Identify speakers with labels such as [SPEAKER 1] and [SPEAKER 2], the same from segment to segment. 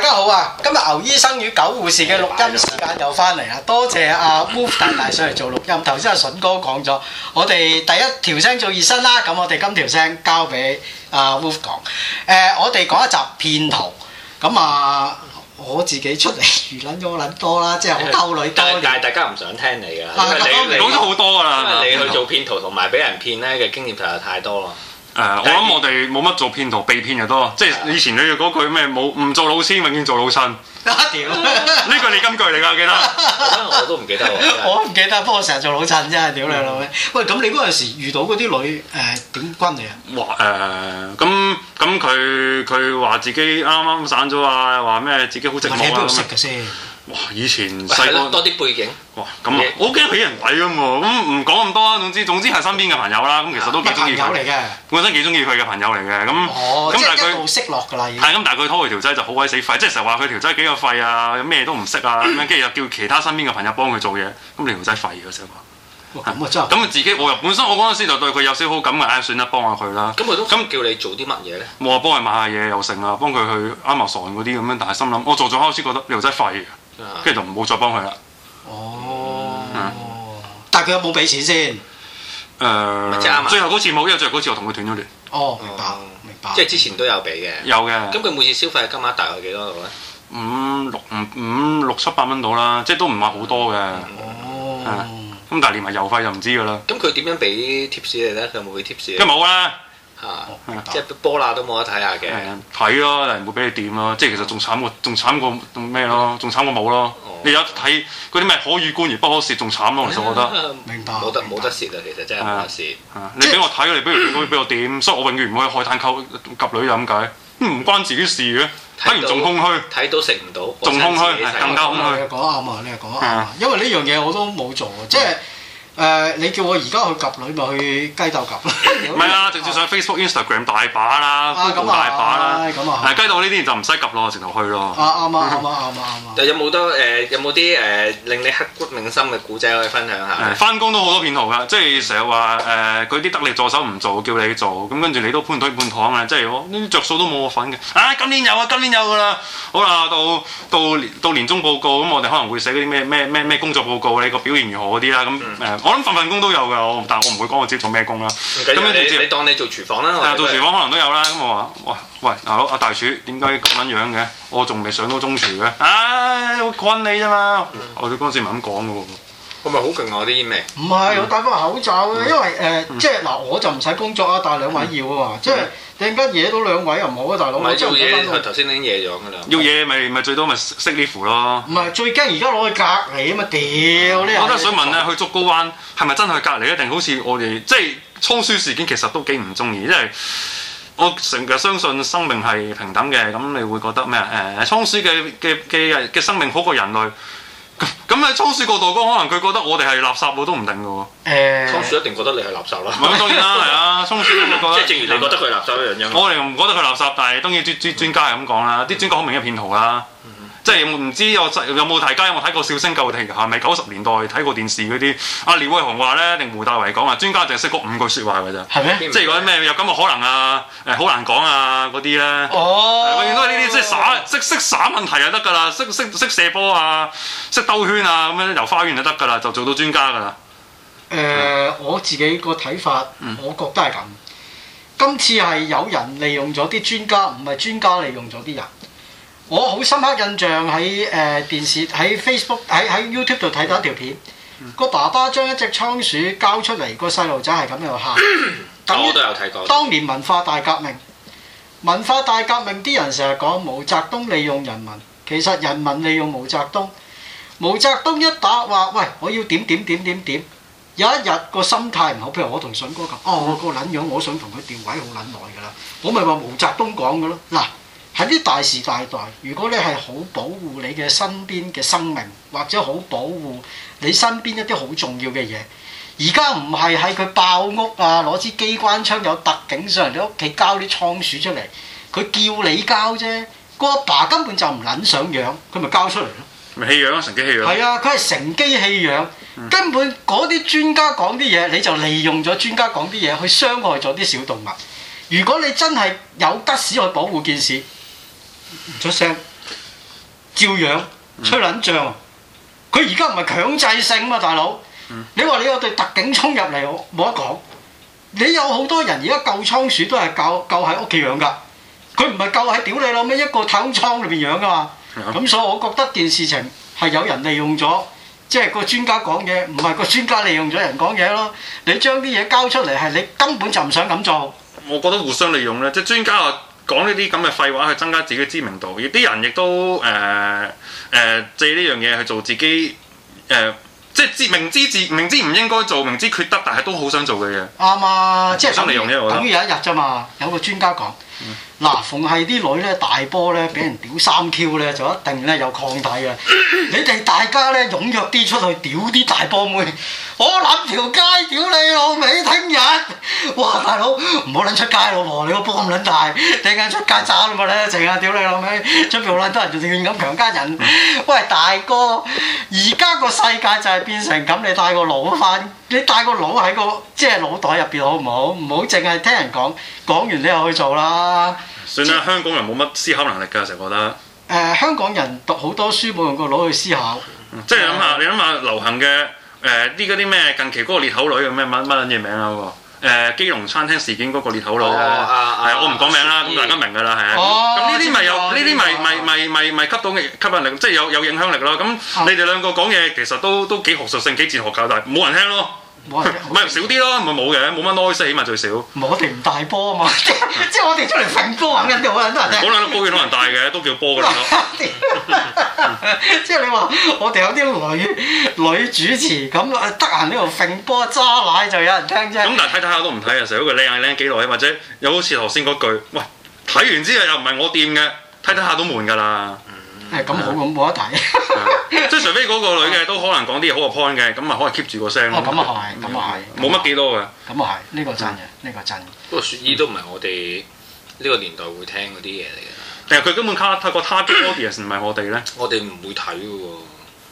[SPEAKER 1] 家好啊！今日牛醫生與狗護士嘅錄音啊時間又翻嚟啦，多謝阿 Wolf 大大上嚟做錄音。頭先阿筍哥講咗，我哋第一條聲做熱身啦，咁我哋今條聲交俾阿 Wolf 講。誒、我哋講一集騙徒，咁啊，我自己出嚟魚撚咗撚多啦，即係我溝女多
[SPEAKER 2] 但
[SPEAKER 1] 年。
[SPEAKER 2] 但係大家唔想聽你㗎
[SPEAKER 1] 嗱
[SPEAKER 2] 啦，因為你
[SPEAKER 1] 咁我
[SPEAKER 2] 你
[SPEAKER 3] 講咗好多㗎啦。
[SPEAKER 2] 因為
[SPEAKER 3] 係啊
[SPEAKER 2] 你
[SPEAKER 3] 嘛
[SPEAKER 2] 去做騙徒同埋俾人騙咧嘅經驗實在太多啦。
[SPEAKER 3] 誒，我諗我哋冇乜做騙徒，被騙就多。即係以前你嗰句咩冇唔做老師，永遠做老襯。呢
[SPEAKER 1] 啊屌！
[SPEAKER 3] 句你金句嚟㗎，記得。
[SPEAKER 2] 我都唔記得喎。真係
[SPEAKER 1] 我唔記得，不過我成日做老襯真係屌你老味。喂，咁你嗰陣時遇到嗰啲女誒點軍你啊？
[SPEAKER 3] 哇誒，咁咁佢佢話自己啱啱散咗啊，話咩自己好寂
[SPEAKER 1] 你喺
[SPEAKER 3] 寞
[SPEAKER 1] 邊
[SPEAKER 3] 啊
[SPEAKER 1] 度識
[SPEAKER 3] 咁樣。
[SPEAKER 1] 嘅先？
[SPEAKER 3] 哇！以前
[SPEAKER 2] 係咯
[SPEAKER 3] 細個
[SPEAKER 2] 多啲背景，
[SPEAKER 3] 哇咁啊，我好驚俾人睇咁喎。咁唔講咁多啦，總之總之係身邊嘅朋友啦。咁其實都幾
[SPEAKER 1] 咩
[SPEAKER 3] 中
[SPEAKER 1] 朋
[SPEAKER 3] 意
[SPEAKER 1] 友嚟
[SPEAKER 3] 佢，
[SPEAKER 1] 嘅？
[SPEAKER 3] 本身幾中意佢嘅朋友嚟嘅。咁
[SPEAKER 1] 哦，
[SPEAKER 3] 咁
[SPEAKER 1] 即
[SPEAKER 3] 但係
[SPEAKER 1] 係一
[SPEAKER 3] 佢
[SPEAKER 1] 路。識落㗎啦，已經。
[SPEAKER 3] 係咁，但係佢拖佢條仔就好鬼死廢，即係成日話佢條仔幾個廢啊，咩都唔識 啊，咁樣跟住又叫其他身邊嘅朋友幫佢做嘢，咁你條仔廢嘅成日話。
[SPEAKER 1] 哇咁啊真係。
[SPEAKER 3] 咁自己我又本身我嗰陣時就對佢有少少好感嘅，唉算啦，幫下佢啦。
[SPEAKER 2] 咁佢都咁叫你做啲乜嘢咧？
[SPEAKER 3] 我話幫佢買下嘢又成啊，幫佢去 Amazon 嗰啲咁樣，但係心諗我做咗開始覺得你條仔廢嘅，
[SPEAKER 2] 啊
[SPEAKER 3] 跟住就唔好再幫佢啦。啊
[SPEAKER 1] 哦。但係佢有冇俾錢先？
[SPEAKER 3] 誒、
[SPEAKER 2] 咪即係啱啊
[SPEAKER 3] 最後嗰次冇，因為最後嗰次我同佢斷咗聯。
[SPEAKER 1] 哦，明白
[SPEAKER 2] 嗯，
[SPEAKER 1] 明白。
[SPEAKER 2] 即係之前都有俾嘅。
[SPEAKER 3] 有嘅
[SPEAKER 2] 咁，佢每次消費嘅金額大概幾多度咧？
[SPEAKER 3] 五六五五六七百蚊到啦，即係都唔係好多嘅。
[SPEAKER 2] 嗯
[SPEAKER 3] 啊
[SPEAKER 1] 哦。
[SPEAKER 3] 咁但係連埋郵費就唔知㗎啦，
[SPEAKER 2] 咁佢點樣俾 tips 你咧？佢有冇俾 tips
[SPEAKER 3] 跟
[SPEAKER 2] 你？
[SPEAKER 3] 住冇啦。
[SPEAKER 2] 嚇
[SPEAKER 1] 哦
[SPEAKER 3] 啊
[SPEAKER 1] 明白
[SPEAKER 2] 即係波罅都冇得睇下嘅。
[SPEAKER 3] 誒睇咯，但係唔會俾你掂咯。即係其實仲慘過，仲慘過仲咩咯？仲慘過冇咯
[SPEAKER 2] 哦。
[SPEAKER 3] 你有睇嗰啲咩可遇觀而不可涉，仲慘咯。其實我覺
[SPEAKER 1] 嗯
[SPEAKER 3] 得，
[SPEAKER 1] 明白
[SPEAKER 2] 冇得
[SPEAKER 1] 明白
[SPEAKER 2] 冇得蝕啊！其實真係冇得蝕。
[SPEAKER 3] 啊你俾我睇，你不如你可以俾我掂，所以我永遠唔可以海灘溝及女咁解，唔關自己事嘅。
[SPEAKER 2] 睇到
[SPEAKER 3] 睇完仲空虛，
[SPEAKER 2] 睇到食唔到，
[SPEAKER 3] 仲空虛
[SPEAKER 2] 我真係自己睇
[SPEAKER 3] 更加空虛
[SPEAKER 1] 你又講得啱啊！你又講得啱啊
[SPEAKER 3] 啊！嗯
[SPEAKER 1] 因為呢樣嘢我都冇做啊，即係誒你叫我而家去及女咪去雞竇及，
[SPEAKER 3] 唔係啦，直接上 Facebook、Instagram 大把啦
[SPEAKER 1] 嗯啊
[SPEAKER 3] ，Google
[SPEAKER 1] 咁啊
[SPEAKER 3] 大把啦。
[SPEAKER 1] 咁啊
[SPEAKER 3] 誒，雞到呢啲就唔使及咯，直頭去咯。
[SPEAKER 1] 啊啱啊啱啊啱啊
[SPEAKER 3] 嗯
[SPEAKER 1] 啱啊！
[SPEAKER 2] 但有冇多誒？有冇啲誒令你刻骨銘心嘅古仔可以分享下
[SPEAKER 3] 誒
[SPEAKER 2] 咧？
[SPEAKER 3] 啊翻工都好多騙徒噶，即係成日話誒嗰啲得力助手唔做，叫你做，咁跟住你都判推判搪啊！即係我呢啲着數都冇我份嘅。啊，今年有啊，今年有噶啦。好啦，到到年到年終報告，咁我哋可能會寫嗰啲咩咩咩咩工作報告，你啊個表現如何嗰啲啦。咁誒、我諗份份工都有噶，我但我唔會講我自己做咩工啦。
[SPEAKER 2] 唔
[SPEAKER 3] 咁
[SPEAKER 2] 緊要
[SPEAKER 3] 跟住
[SPEAKER 2] 你你
[SPEAKER 3] 接，
[SPEAKER 2] 當你做廚房啦，
[SPEAKER 3] 誒到
[SPEAKER 2] 我哋
[SPEAKER 3] 廚房可能都有啦。咁我話喂喂，大佬阿大廚點解咁樣樣嘅？我仲未上到中廚嘅。唉、我困你啫嘛。我哋嗰陣時咪咁講嘅喎。
[SPEAKER 2] 我咪好勁我啲煙味，
[SPEAKER 1] 唔係，我戴翻口罩
[SPEAKER 3] 嗯
[SPEAKER 1] 嘅，因為誒即係嗱，我就唔使工作啊，但係兩位要啊嘛，即係
[SPEAKER 3] 嗯
[SPEAKER 1] 突然間惹到兩位又唔好啊，大佬，
[SPEAKER 2] 唔係
[SPEAKER 1] 我真
[SPEAKER 2] 要
[SPEAKER 1] 係唔想
[SPEAKER 2] 嘢，
[SPEAKER 1] 返到
[SPEAKER 2] 佢頭先已經嘢咗㗎啦。
[SPEAKER 3] 要嘢咪咪最多咪識呢符咯。
[SPEAKER 1] 唔係最驚而家攞去隔離啊嘛！屌呢
[SPEAKER 3] 我真係想問啊咧，去竹篙灣係咪真係去隔離咧？定好似我哋即係倉鼠事件，其實都幾唔中意，因為我成日相信生命係平等嘅。咁你會覺得咩啊？誒，倉鼠嘅嘅嘅嘅生命好過人類。咁咁喺倉鼠角度講，可能佢覺得我哋係垃圾我都唔定嘅喎。
[SPEAKER 2] 倉
[SPEAKER 1] 誒
[SPEAKER 2] 鼠一定覺得你係垃圾啦，
[SPEAKER 3] 咁當然啦，係啊，倉鼠 都
[SPEAKER 2] 即
[SPEAKER 3] 會
[SPEAKER 2] 係正如你
[SPEAKER 3] 覺得。
[SPEAKER 2] 覺得佢係垃圾一樣樣。
[SPEAKER 3] 我哋唔覺得佢垃圾，但係當然專專專家係咁講啦，啲專家好明顯係騙徒啦。即係唔知有有冇大家有冇睇過《笑聲救地球》？係咪九十年代睇過電視嗰啲？阿廖偉雄話咧，定胡大為講啊？專家淨係識嗰五句説話㗎咋，
[SPEAKER 1] 係咩？
[SPEAKER 3] 即係嗰啲咩有咁嘅可能啊？誒好難講啊嗰啲咧。
[SPEAKER 1] 哦，
[SPEAKER 3] 永遠都係呢啲，即係耍識識耍問題就得㗎啦，識識識射波啊，識兜圈啊，咁樣遊花園就得㗎啦，就做到專家㗎啦。
[SPEAKER 1] 誒、我自己個睇法，
[SPEAKER 3] 嗯
[SPEAKER 1] 我覺得係咁。今次係有人利用咗啲專家，唔係專家利用咗啲人。我好深刻印象喺誒、電視喺 Facebook 喺喺 YouTube 度睇到一條片，
[SPEAKER 3] 嗯
[SPEAKER 1] 個、爸爸將一隻倉鼠交出嚟，個細路仔係咁樣 喊，
[SPEAKER 2] 但
[SPEAKER 1] 等於
[SPEAKER 2] 我都有睇過。
[SPEAKER 1] 當年文化大革命，文化大革命啲人成日講毛澤東利用人民，其實人民利用毛澤東。毛澤東一打話：喂，我要點點點點點。有一日個心態唔好，譬如我同筍哥咁，哦，我個撚樣，我想同佢調位好撚耐㗎啦。我咪話毛澤東講嘅咯。嗱，喺啲大時大代，如果你係好保護你嘅身邊嘅生命，或者好保護你身邊一啲好重要嘅嘢。而家唔係喺佢爆屋啊，攞支機關槍有特警上嚟你屋企交啲倉鼠出嚟，佢叫你交啫。個阿爸根本就唔撚想養，佢咪交出嚟咯。
[SPEAKER 3] 咪棄養啊，乘機棄養。
[SPEAKER 1] 係啊，佢係乘機棄養，根本嗰啲專家講啲嘢，你就利用咗專家講啲嘢去傷害咗啲小動物。如果你真係有得使去保護件事，唔出聲，照樣吹撚脹啊。佢而家唔係強制性嘛，大佬。你話你有隊特警衝入嚟，我冇得講。你有好多人而家救倉鼠都係救救喺屋企養㗎，佢唔係救喺屌你老味一個太空艙裏邊養㗎嘛。
[SPEAKER 3] 嗯
[SPEAKER 1] 咁所以我覺得件事情係有人利用咗，即係個專家講嘢，唔係個專家利用咗人講嘢咯。你將啲嘢交出嚟係你根本就唔想咁做，
[SPEAKER 3] 我覺得互相利用咧，即係專家啊講呢啲咁嘅廢話去增加自己嘅知名度，而啲人亦都誒誒、呃呃借呢樣嘢去做自己誒、呃即係知明知自明知唔應該做，明知缺德，但係都好想做嘅嘢。
[SPEAKER 1] 啱啊！即係
[SPEAKER 3] 互相
[SPEAKER 1] 等
[SPEAKER 3] 利用啫
[SPEAKER 1] 於
[SPEAKER 3] 我覺得
[SPEAKER 1] 等於有一日啫嘛，有個專家講。嗱，逢係啲女咧大波咧，俾人屌三 Q 咧，就一定咧有抗體嘅。你哋大家咧踴躍啲出去屌啲大波妹，我諗條街屌你老味，聽日哇大佬唔好撚出街老婆，你個波咁撚大，你梗係出街渣啦嘛咧，成日屌你老味，出邊好撚多人仲亂咁強姦人。喂大哥，而家個世界就係變成咁，你帶個腦翻，你帶個腦喺個即係腦袋入邊好唔好？唔好淨係聽人講，講完你又去做啦。
[SPEAKER 3] 算啦，香港人冇乜思考能力㗎，成日覺得。
[SPEAKER 1] 誒、香港人讀好多書冇用個腦去思 考，
[SPEAKER 3] 即係諗下，你諗下流行嘅誒啲嗰啲咩近期嗰個裂口女嘅咩乜乜撚嘢名啊嗰個？誒、基隆餐廳事件嗰個裂口女咧，
[SPEAKER 2] 哦啊啊
[SPEAKER 3] 係我唔講名啦，
[SPEAKER 2] 啊
[SPEAKER 3] 咁大家明㗎啦，係啊。
[SPEAKER 1] 哦
[SPEAKER 3] 咁呢啲咪有呢
[SPEAKER 1] 知道
[SPEAKER 3] 啲咪
[SPEAKER 1] 知道
[SPEAKER 3] 咪咪咪咪吸到嘅吸引力，即係有有影響力咯。
[SPEAKER 1] 哦
[SPEAKER 3] 咁你哋兩個講嘢其實都都幾學術性、幾哲學教，但係冇人聽咯，
[SPEAKER 1] 冇人
[SPEAKER 3] 咪少啲咯，咪冇嘅，冇乜 noise，起碼最少。講
[SPEAKER 1] 我哋唔大波啊嘛， 即即係我哋出嚟揈波玩緊好撚多人聽。
[SPEAKER 3] 兩粒高遠可能大嘅，都叫波㗎啦。
[SPEAKER 1] 即係你話我哋有啲女女主持咁啊，得閒呢度揈波揸奶就有人聽
[SPEAKER 3] 咁
[SPEAKER 1] 啫。
[SPEAKER 3] 但係睇睇下都唔睇啊，成日嗰個靚係靚幾耐，或者又好似頭先嗰句，喂睇完之後又唔係我掂嘅，睇睇下都悶㗎 啦。
[SPEAKER 1] 誒
[SPEAKER 3] 啊
[SPEAKER 1] 咁好咁冇得睇。
[SPEAKER 3] 即係除非嗰個女嘅都可能講啲嘢好個 point 嘅，咁咪可以 keep 住個聲咯。
[SPEAKER 1] 哦，咁啊係，咁啊係，
[SPEAKER 3] 冇乜幾多嘅。
[SPEAKER 1] 咁啊係，呢個真嘅，
[SPEAKER 3] 嗯
[SPEAKER 1] 呢個真嘅。
[SPEAKER 2] 不過雪姨都唔係我哋呢個年代會聽嗰啲嘢嚟嘅，
[SPEAKER 3] 定係佢根本卡透過 target audience 唔係我哋咧，
[SPEAKER 2] 我哋唔會睇嘅喎。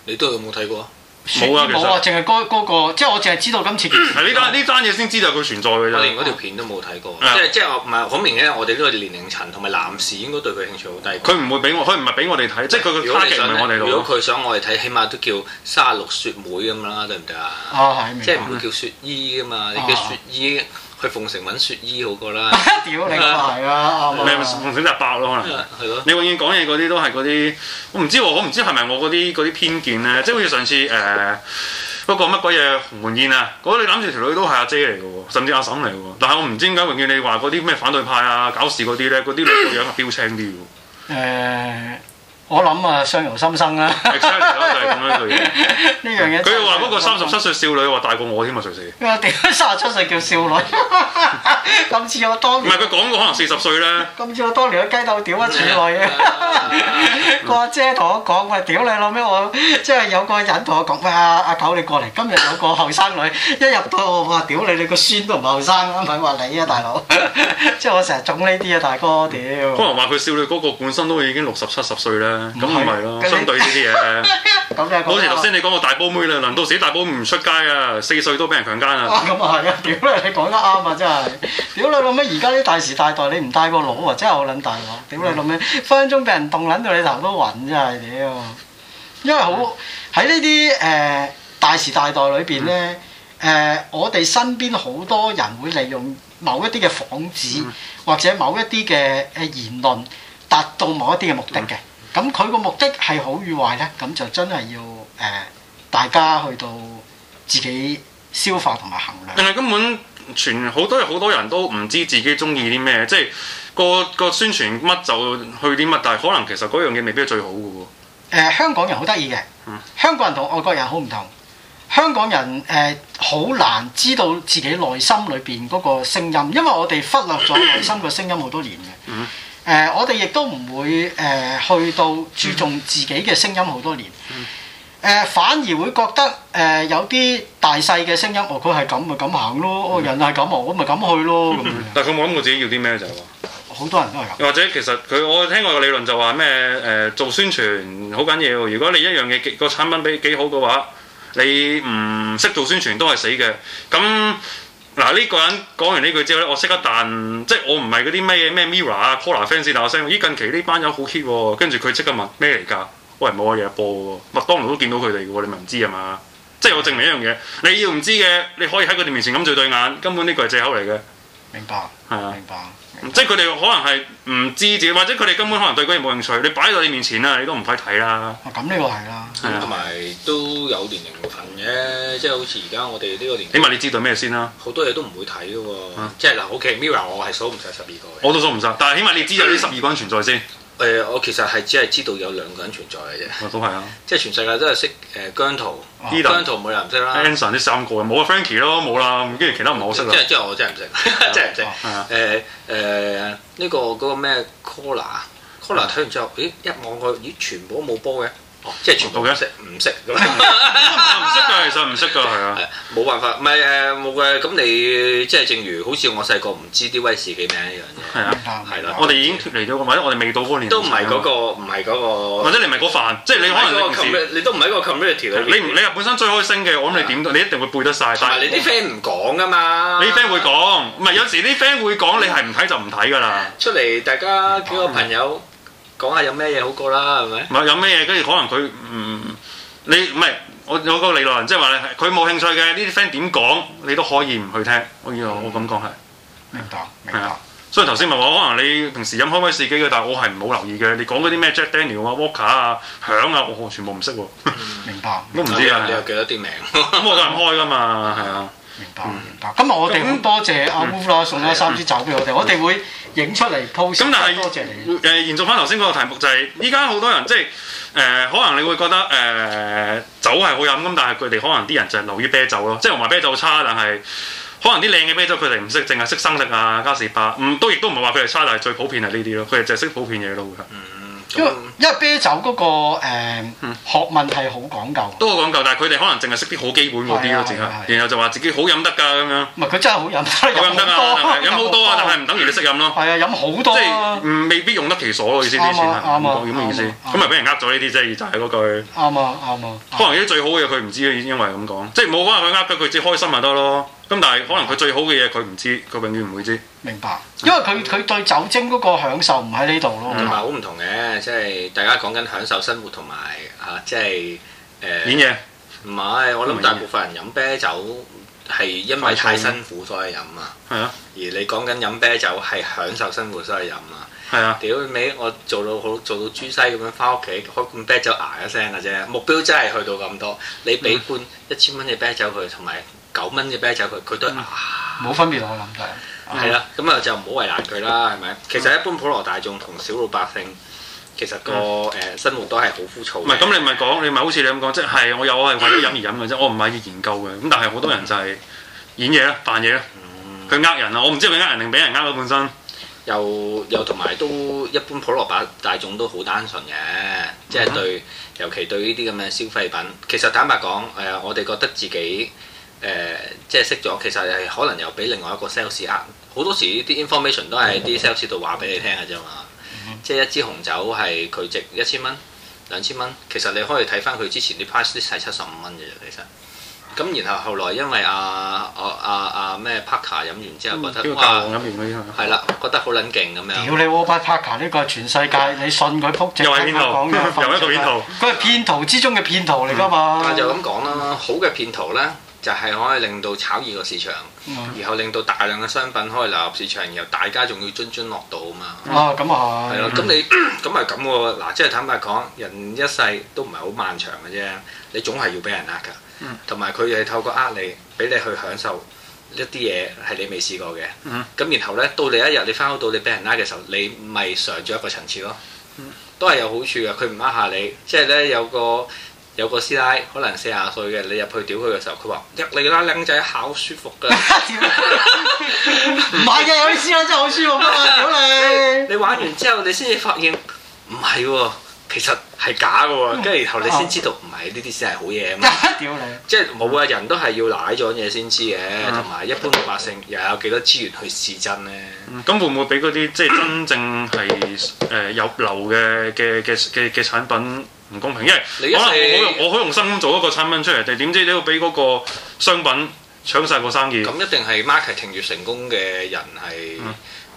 [SPEAKER 2] 你都有冇睇過啊？
[SPEAKER 3] 冇啊其實
[SPEAKER 1] 冇啊，淨係嗰嗰個，即係我淨係知道今次件事。
[SPEAKER 3] 係呢單呢單嘢先知道佢存在嘅
[SPEAKER 2] 我連
[SPEAKER 3] 啫。
[SPEAKER 2] 嗰條片都冇睇過，
[SPEAKER 3] 啊
[SPEAKER 2] 即係即係我唔係好明顯，我哋呢個年齡層同埋男士應該對佢興趣好低。
[SPEAKER 3] 佢唔會俾我，佢唔係俾我哋睇，即係佢個
[SPEAKER 2] 如果你
[SPEAKER 3] target 唔
[SPEAKER 2] 想
[SPEAKER 3] 係我哋
[SPEAKER 2] 如
[SPEAKER 3] 度
[SPEAKER 2] 果。佢想我哋睇，起碼都叫三十六雪妹咁啦，得唔得啊？
[SPEAKER 1] 啊係，明
[SPEAKER 3] 嗯
[SPEAKER 1] 白
[SPEAKER 2] 即係唔會叫雪姨噶
[SPEAKER 3] 啊
[SPEAKER 2] 嘛，你叫雪姨去鳳城揾雪姨好過啦，
[SPEAKER 1] 屌你個係啊，
[SPEAKER 3] 你係咪
[SPEAKER 1] 啱啊。
[SPEAKER 3] 馮醒澤爆咯？可能。
[SPEAKER 2] 係咯。
[SPEAKER 3] 你永遠講嘢嗰啲都係嗰啲，我唔知喎，我唔知係咪我嗰啲嗰啲偏見咧，即係好似上次誒嗰、呃個乜鬼嘢鴻門宴啊，嗰你諗住條女都係阿姐嚟嘅喎，甚至阿嬸嚟嘅喎，但係我唔知點解永遠你話嗰啲咩反對派啊、搞事嗰啲咧，嗰啲女個樣係標青啲 嘅
[SPEAKER 1] 誒，我諗啊，相由心生啦。
[SPEAKER 3] 喎，exactly 啦就係咁樣一句嘢。
[SPEAKER 1] 呢樣嘢
[SPEAKER 3] 佢又話嗰個三十七
[SPEAKER 1] 歲，
[SPEAKER 3] 歲少女話大過我添啊，隨時。
[SPEAKER 1] 我屌三十七歲叫少女， 咁似我當
[SPEAKER 3] 唔
[SPEAKER 1] 年
[SPEAKER 3] 係，佢講過可能四十歲咧，
[SPEAKER 1] 咁似我當年喺雞竇屌一處女 嘅。個阿姐同我講：喂，屌你老味！我即係有個人同我講：喂，阿阿狗你過嚟，今日有個後生女一入到我話：屌你，你個孫都唔係後生啊，咪話你啊，大佬！ 即係我成日中呢啲啊，大哥屌。
[SPEAKER 3] 可能話佢少女嗰個本身都已經六十七十歲咧，咁
[SPEAKER 1] 唔係
[SPEAKER 3] 係咪咯？
[SPEAKER 1] 佢哋
[SPEAKER 3] 相對呢啲 嘢。
[SPEAKER 1] 咁你
[SPEAKER 3] 好似頭
[SPEAKER 1] 講
[SPEAKER 3] 先你講個大波妹啦，輪到死大波妹唔出街啊，四歲都俾人強姦啊！
[SPEAKER 1] 啊， 咁啊係啊！屌你，你講得啱啊！真係，屌你老味！而家啲大時大代，你唔帶個腦啊，真係好撚大鑊！屌你老味，分分鐘俾人凍撚到你頭都暈，真係屌！因為好喺呢啲誒大時大代裏邊咧，誒、我哋身邊好多人會利用某一啲嘅幌子，或者某一啲嘅誒呃言論，達到某一啲嘅目的嘅。咁佢個目的係好與壞咧，咁就真係要誒、大家去到自己消化同埋衡量。
[SPEAKER 3] 但係根本全好多好多人都唔知自己中意啲咩，即係個個宣傳乜就去啲乜，但係可能其實嗰樣嘢未必係最好嘅喎。
[SPEAKER 1] 誒、香港人好得意嘅
[SPEAKER 3] 嗯，
[SPEAKER 1] 香港人同外國人好唔同。香港人誒好、難知道自己內心裏邊嗰個聲音，因為我哋忽略咗內心個聲音好多年嘅。誒、
[SPEAKER 3] 嗯
[SPEAKER 1] 我哋亦都唔會誒、去到注重自己嘅聲音好多年。誒、
[SPEAKER 3] 嗯
[SPEAKER 1] 反而會覺得誒、有啲大細嘅聲音，哦佢係咁咪咁行
[SPEAKER 3] 嗯
[SPEAKER 1] 咯，哦人係咁，哦我咪咁去咯咁樣。
[SPEAKER 3] 但係佢冇諗過自己要啲咩就係話，
[SPEAKER 1] 好多人都係咁。
[SPEAKER 3] 又或者其實佢我聽過個理論就話咩誒做宣傳好緊要，如果你一樣嘢幾個產品比幾好嘅話，你唔識做宣傳都係死嘅。咁嗱呢個人講完呢句之後咧，我識得彈，即係我唔係嗰啲咩嘢咩 Mirror 啊、Cola fans，但我聲咦近期呢班友好 hit 喎，跟住佢即刻問咩嚟㗎？喂冇啊，日日播喎，麥當勞都見到佢哋嘅喎，你咪唔知係嘛？即係我證明一樣嘢，你要唔知嘅，你可以喺佢哋面前咁對對眼，根本呢個係藉口嚟嘅，
[SPEAKER 1] 明白，
[SPEAKER 3] 係啊。
[SPEAKER 1] 明白。
[SPEAKER 3] 即係佢哋可能係唔知自己，或者佢哋根本可能對嗰樣冇興趣。你擺喺你面前啊啦，你都唔使睇啦。
[SPEAKER 1] 啊，咁呢個係啦，
[SPEAKER 2] 同
[SPEAKER 3] 係啊，
[SPEAKER 2] 埋都有年齡份嘅，即係好似而家我哋呢個年
[SPEAKER 3] 起
[SPEAKER 2] 紀，
[SPEAKER 3] 碼你知道咩先啦。
[SPEAKER 2] 好多嘢都唔會睇嘅喎
[SPEAKER 3] 啊。
[SPEAKER 2] 即係嗱，OK，Mirror 我係數唔晒十二個嘅。
[SPEAKER 3] 我都數唔晒，但係起碼你知道呢十二個人存在先。
[SPEAKER 2] 誒，我其實係只係知道有兩個人存在嘅啫，
[SPEAKER 3] 我都係啊
[SPEAKER 2] 即係全世界都係識誒姜濤，
[SPEAKER 3] 呢度
[SPEAKER 2] 姜濤冇人唔識啦。
[SPEAKER 3] ，Anson 呢三個冇啊，Frankie 咯冇啦，跟住其他唔係我識啦
[SPEAKER 2] 即。係即係我真係唔識， 真係唔識。
[SPEAKER 1] 哦
[SPEAKER 3] 係啊，
[SPEAKER 2] 誒誒呢個嗰個咩 Cola，Cola 睇完之後，咦一望佢，咦全部都冇波嘅，哦，即係全部
[SPEAKER 3] 冇嘅
[SPEAKER 2] 唔識唔識咁，
[SPEAKER 3] 啊唔識㗎，其實唔識㗎，係啊。
[SPEAKER 2] 係冇辦法，唔係誒冇嘅。咁你即係正如好似我細個唔知啲威士忌名一樣嘢，
[SPEAKER 3] 係啊，
[SPEAKER 1] 明白。
[SPEAKER 2] 係啦
[SPEAKER 3] 我哋已經脱離咗個，或者我哋未到嗰個年齡
[SPEAKER 2] 都唔係嗰
[SPEAKER 3] 層啊，
[SPEAKER 2] 個唔係嗰
[SPEAKER 3] 或
[SPEAKER 2] 個，
[SPEAKER 3] 者你唔係嗰飯，即係你可能
[SPEAKER 2] 唔係嗰個
[SPEAKER 3] 你平時
[SPEAKER 2] commu- 你都唔喺個 community 裏
[SPEAKER 3] 你唔
[SPEAKER 2] 邊
[SPEAKER 3] 你，係本身追開星嘅，我諗你點都你一定會背得晒。
[SPEAKER 2] 同
[SPEAKER 3] 但
[SPEAKER 2] 埋
[SPEAKER 3] 係
[SPEAKER 2] 你啲 friend 啊唔講噶嘛，
[SPEAKER 3] 你 friend 會講，唔係有時啲 friend 會講，你係唔睇就唔睇㗎啦。
[SPEAKER 2] 出嚟，大家幾個朋友講下有咩嘢好過啦，係咪？
[SPEAKER 3] 唔係有咩嘢，跟住可能佢唔、你唔係我有個理論，即係話你佢冇興趣嘅呢啲 friend 點講，你都可以唔去聽。我以為我咁講係，
[SPEAKER 1] 明白，明
[SPEAKER 3] 係
[SPEAKER 1] 白
[SPEAKER 3] 啊。所以頭先咪話，可能你平時飲開威士忌嘅，但係我係唔好留意嘅。你講嗰啲咩 Jack Daniel 啊、Walker 啊、響啊，我全部唔識喎，
[SPEAKER 1] 明白，
[SPEAKER 3] 都唔知啊
[SPEAKER 2] 你。有幾多啲名？
[SPEAKER 3] 咁我就唔開㗎嘛，係啊。
[SPEAKER 1] 明白，明白。今日我哋好多謝阿
[SPEAKER 3] 嗯
[SPEAKER 1] Wolf 啦，送咗三支酒俾我哋，我哋會影出嚟 post。
[SPEAKER 3] 咁但係嗯
[SPEAKER 1] 多謝你。
[SPEAKER 3] 誒、延續翻頭先嗰個題目就係依家好多人即係誒、可能你會覺得誒、酒係好飲咁，但係佢哋可能啲人就係流於啤酒咯，即係唔係啤酒差，但係可能啲靚嘅啤酒佢哋唔識，淨係識生力啊、加士伯，唔都亦都唔係話佢哋差，但係最普遍係呢啲咯，佢哋就係識普遍嘢咯，會係
[SPEAKER 2] 嗯
[SPEAKER 1] 因為
[SPEAKER 2] 咁
[SPEAKER 1] 因為啤酒嗰個誒
[SPEAKER 3] 嗯
[SPEAKER 1] 學問係好講究，
[SPEAKER 3] 都好講究，但係佢哋可能淨係識啲好基本嗰啲
[SPEAKER 1] 係啊
[SPEAKER 3] 咯，淨
[SPEAKER 1] 係啊係啊
[SPEAKER 3] 係，然後就話自己好飲得㗎咁樣，
[SPEAKER 1] 唔係佢真係好飲，
[SPEAKER 3] 好飲得啊，
[SPEAKER 1] 飲
[SPEAKER 3] 飲好多啊，但係
[SPEAKER 1] 係
[SPEAKER 3] 唔等於你識飲咯。
[SPEAKER 1] 係啊，飲好多
[SPEAKER 3] 即
[SPEAKER 1] 啊
[SPEAKER 3] 係，嗯未必用得其所咯，意思啲錢
[SPEAKER 1] 啱啊
[SPEAKER 3] 係
[SPEAKER 1] 啱啊
[SPEAKER 3] 唔咁嘅意思
[SPEAKER 1] 啱啊啱，啊
[SPEAKER 3] 咁咪俾人呃咗呢啲啫，就係嗰句。
[SPEAKER 1] 啱啊啱啊。
[SPEAKER 3] 可能啲最好嘅嘢佢唔知，因為咁講，即係冇可能佢呃咗佢，只開心咪得咯。咁但係可能佢最好嘅嘢佢唔知，佢永遠唔會知。
[SPEAKER 1] 明白，因為
[SPEAKER 3] 嗯
[SPEAKER 1] 佢佢對酒精嗰個享受唔喺呢度咯。
[SPEAKER 2] 同埋好唔同嘅，即係大家講緊享受生活同埋啊，即係誒，
[SPEAKER 3] 演嘢
[SPEAKER 2] 唔係我
[SPEAKER 3] 唔係
[SPEAKER 2] 諗大部分人飲啤酒係因為太辛苦所以飲啊，
[SPEAKER 3] 係啊，
[SPEAKER 2] 而你講緊飲啤酒係享受生活所以飲啊。
[SPEAKER 3] 係啊，
[SPEAKER 2] 屌你尾，我做到好做到豬西咁樣翻屋企開罐啤酒捱一聲嘅啫，目標真係去到咁多。你俾罐一千蚊嘅啤酒佢，同埋九蚊嘅啤酒佢，佢都係
[SPEAKER 1] 冇分別，我諗就係。
[SPEAKER 2] 係啦，咁啊就唔好為難佢啦，係咪？其實一般普羅大眾同小老百姓，其實個誒生活都係好枯燥嘅。
[SPEAKER 3] 嗯唔係咁你咪講，你咪好似你咁講，即係我有我係為咗飲而飲嘅啫，我唔係要研究嘅。咁但係好多人就係演嘢啦，扮嘢啦，佢呃人啊，我唔知佢呃人定俾人呃咗本身。
[SPEAKER 2] 又又同埋都一般普羅百大眾都好單純嘅，即係對，尤其對呢啲咁嘅消費品，其實坦白講，誒、我哋覺得自己誒、即係識咗，其實係可能又俾另外一個 sales 呃，好多時呢啲 information 都係啲 sales 度話俾你聽嘅啫嘛，即係一支紅酒係佢值一千蚊、兩千蚊，其實你可以睇翻佢之前啲 price list 係七十五蚊嘅啫，其實。咁然後後來因為啊啊啊啊咩 Parker 飲完之後覺
[SPEAKER 3] 呢
[SPEAKER 2] 得
[SPEAKER 3] 個
[SPEAKER 2] 哇
[SPEAKER 3] 教皇飲完嗰啲係啊
[SPEAKER 2] 係啦，覺得好撚勁咁
[SPEAKER 1] 屌
[SPEAKER 2] 樣。
[SPEAKER 1] 你 w a l b e r Parker 呢個係全世界，你信佢撲直
[SPEAKER 3] 嗯又係騙徒 嗯又一個騙
[SPEAKER 1] 佢係騙徒之中嘅騙徒嚟㗎嘛
[SPEAKER 2] 但。就咁講啦，好嘅騙徒呢，就係可以令到炒熱個市場，
[SPEAKER 1] 嗯
[SPEAKER 2] 然後令到大量嘅商品可以流入市場，然後大家仲要津津樂道啊嘛。
[SPEAKER 1] 啊，咁啊
[SPEAKER 2] 係
[SPEAKER 1] 係
[SPEAKER 2] 咯，。咁你 咁咪咁喎。嗱，即係坦白講，人一世都唔係好漫長嘅啫，你總係要俾人呃㗎。同埋佢係透過呃你，俾你去享受一啲嘢係你未試過嘅。咁、
[SPEAKER 3] 嗯
[SPEAKER 2] 然後呢，到你一日你翻屋到你俾人呃嘅時候，你咪上咗一個層次咯。都係有好處嘅，佢唔呃下你，即係呢，有個。有個師奶可能四廿歲嘅，你入去屌佢嘅時候，佢話：入你啦，僆仔考舒服㗎。
[SPEAKER 1] 唔係嘅，有啲師奶真係好舒服㗎嘛，屌你！
[SPEAKER 2] 你玩完之後，你先至發現唔係喎，其實係假嘅喎，跟住然後你先知道唔係呢啲先係好嘢啊嘛。
[SPEAKER 1] 屌你！
[SPEAKER 2] 即係冇啊，人都係要舐咗嘢先知嘅，同埋一般老百姓又有幾多資源去試真咧？
[SPEAKER 3] 嗯咁會唔會俾嗰啲即係真正係誒有流嘅嘅嘅嘅嘅產品唔公平？因
[SPEAKER 2] 你
[SPEAKER 3] 為
[SPEAKER 2] 一
[SPEAKER 3] 可能
[SPEAKER 2] 係
[SPEAKER 3] 我好用我好用心咁做一個產品出嚟，但係點知你要俾嗰個商品搶晒個生意？
[SPEAKER 2] 咁一定係 marketing 越成功嘅人係